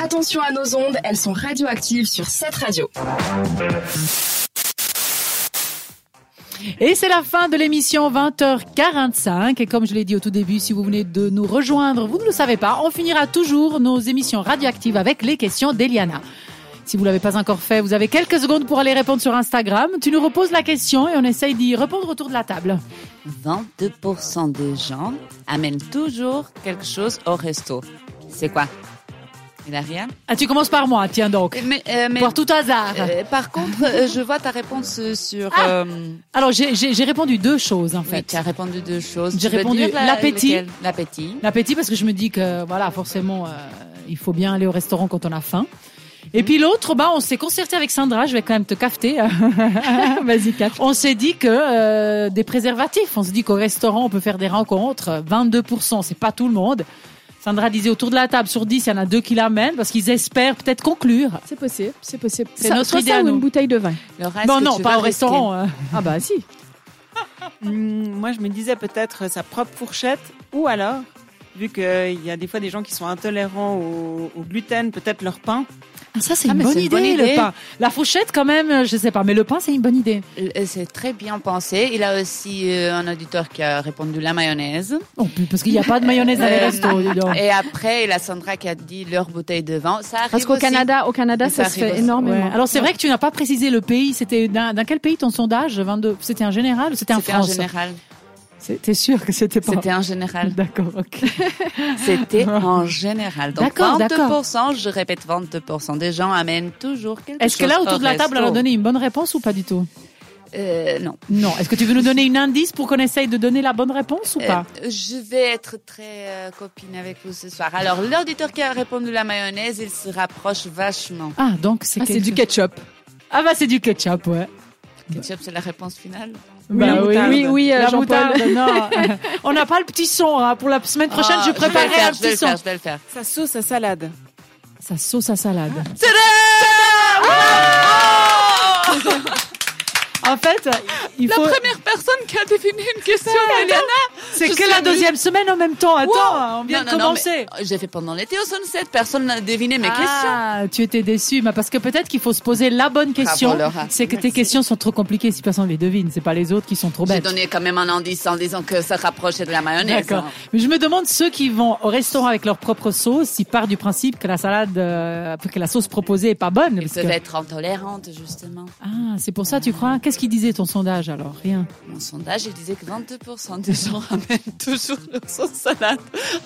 Attention à nos ondes, elles sont radioactives sur cette radio. Et c'est la fin de l'émission 20h45. Et comme je l'ai dit au tout début, si vous venez de nous rejoindre, vous ne le savez pas, on finira toujours nos émissions radioactives avec les questions d'Eliana. Si vous l'avez pas encore fait, vous avez quelques secondes pour aller répondre sur Instagram. Tu nous reposes la question et on essaye d'y répondre autour de la table. 22% des gens amènent toujours quelque chose au resto. C'est quoi Il a rien Ah, tu commences par moi, tiens donc. mais, euh, mais- Pour tout hasard. euh, Par contre, euh, je vois ta réponse euh, sur... Ah. euh, Alors, j'ai- j'ai j'ai répondu deux choses, en oui, fait. tu as répondu deux choses. J'ai Tu veux répondu dire la- l'appétit. lequel L'appétit. L'appétit, parce que je me dis que, voilà, forcément, euh, il faut bien aller au restaurant quand on a faim. Et puis l'autre, bah, on s'est concerté avec Sandra, je vais quand même te cafeter. hein. Vas-y, Kat. On s'est dit que euh, des préservatifs. On se dit qu'au restaurant, on peut faire des rencontres. 22%, c'est pas tout le monde. Sandra disait autour de la table, sur 10, il y en a deux qui l'amènent parce qu'ils espèrent peut-être conclure. C'est possible, c'est possible. C'est Ça- notre soit idée ça à ou nous. une bouteille de vin. Laura, est-ce non, que non, tu pas vas au risquer restaurant. euh. Ah bah si. Hum, moi, je me disais peut-être sa propre fourchette, ou alors, vu qu'il y a des fois des gens qui sont intolérants au, au gluten, peut-être leur pain. Ah, ça, c'est Ah, une, mais bonne c'est une idée, le bonne idée. pain. La fourchette, quand même, euh, je sais pas, mais le pain, c'est une bonne idée. Euh, C'est très bien pensé. Il a aussi euh, un auditeur qui a répondu la mayonnaise. Oh, puis, parce qu'il n'y a pas de mayonnaise dans les Euh, restos. dis donc. Et après, il a Sandra qui a dit leur bouteille de vin. Ça arrive Parce qu'au aussi. Canada, au Canada, Mais ça, ça se arrive fait aussi. Ouais. énormément. Alors, c'est vrai que tu n'as pas précisé le pays. C'était dans, dans quel pays ton sondage 22 C'était un général ou c'était en C'était en France général. C'est- T'es sûr que c'était pas. C'était en général. D'accord, ok. C'était en général. Donc D'accord, d'accord. 22%, je répète, 22% des gens amènent toujours quelque chose. Est-ce que là, autour au de la table, on resto. a donné une bonne réponse ou pas du tout Euh, Non. Non. Est-ce que tu veux nous donner une indice pour qu'on essaye de donner la bonne réponse ou pas Euh, je vais être très euh, copine avec vous ce soir. Alors, l'auditeur qui a répondu la mayonnaise, il se rapproche vachement. Ah, donc c'est Ah, c'est quelque- du ketchup. Ah bah c'est du ketchup, ouais. Ketchup, c'est la réponse finale. Oui, Bah la moutarde. Oui, oui, euh, la Jean-Paul. moutarde, non. on n'a pas le petit son. hein. Pour la semaine prochaine, Ah, je préparerai vais le faire, un je vais petit le son. faire, je vais le faire. Sa sauce à salade. Sa sauce à salade. Ah En fait, il faut. Première personne qui a deviné une question, C'est je que la savais. deuxième semaine en même temps. Attends, Wow. on vient Non, de non, non, commencer. mais J'ai fait pendant l'été au sunset, personne n'a deviné mes questions. ah, tu étais déçu, mais parce que peut-être qu'il faut se poser la bonne question. Laura. C'est que tes questions sont trop compliquées si personne les devine. C'est pas les autres qui sont trop J'ai bêtes. donné quand même un indice en disant que ça rapprochait de la mayonnaise. D'accord. hein. Mais je me demande ceux qui vont au restaurant avec leur propre sauce, s'ils partent du principe que la salade, euh, que la sauce proposée est pas bonne. Ils parce peuvent que- être intolérantes, justement. Ah, c'est pour ça, tu crois Qu'est-ce qu'il disait ton sondage alors Rien. Mon sondage, il disait que 22% des gens ramènent toujours leur sauce salade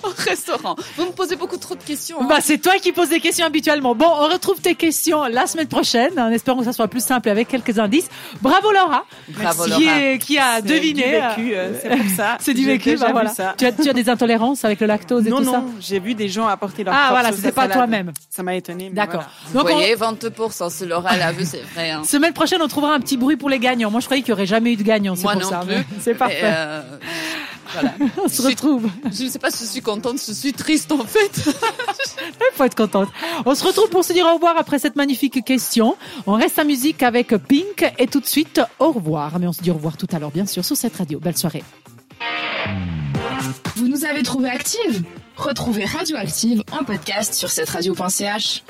au restaurant. Vous me posez beaucoup trop de questions. hein. Bah, c'est toi qui poses des questions habituellement. Bon, on retrouve tes questions la semaine prochaine, hein, en espérant que ça soit plus simple et avec quelques indices. Bravo Laura, Bravo, qui, Laura. est- qui a C'est deviné. du vécu, Ah, euh, euh, c'est pour ça. C'est du J'ai vécu, déjà bah vu voilà. ça. Tu as, tu as des intolérances avec le lactose et Non, tout ça non, j'ai vu des gens apporter leur Ah propre voilà, sauce c'était à pas salade. toi-même. Ça m'a étonné. D'accord. Vous Donc, on- voyez, 22%, c'est Laura l'a vu, c'est vrai. hein. semaine prochaine, on trouvera un petit bruit pour les gagnants. Moi, je croyais qu'il n'y aurait jamais eu de gagnants. C'est Moi pour non ça. plus. mais C'est Et, parfait. euh, voilà. Euh, on se retrouve. Je ne sais pas si je suis contente, je suis triste en fait. faut être contente. On se retrouve pour se dire au revoir après cette magnifique question. On reste en musique avec Pink et tout de suite au revoir. Mais on se dit au revoir tout à l'heure, bien sûr, sur cette radio. Belle soirée. Vous nous avez trouvé active Retrouvez Radioactive en podcast sur cette radio.ch.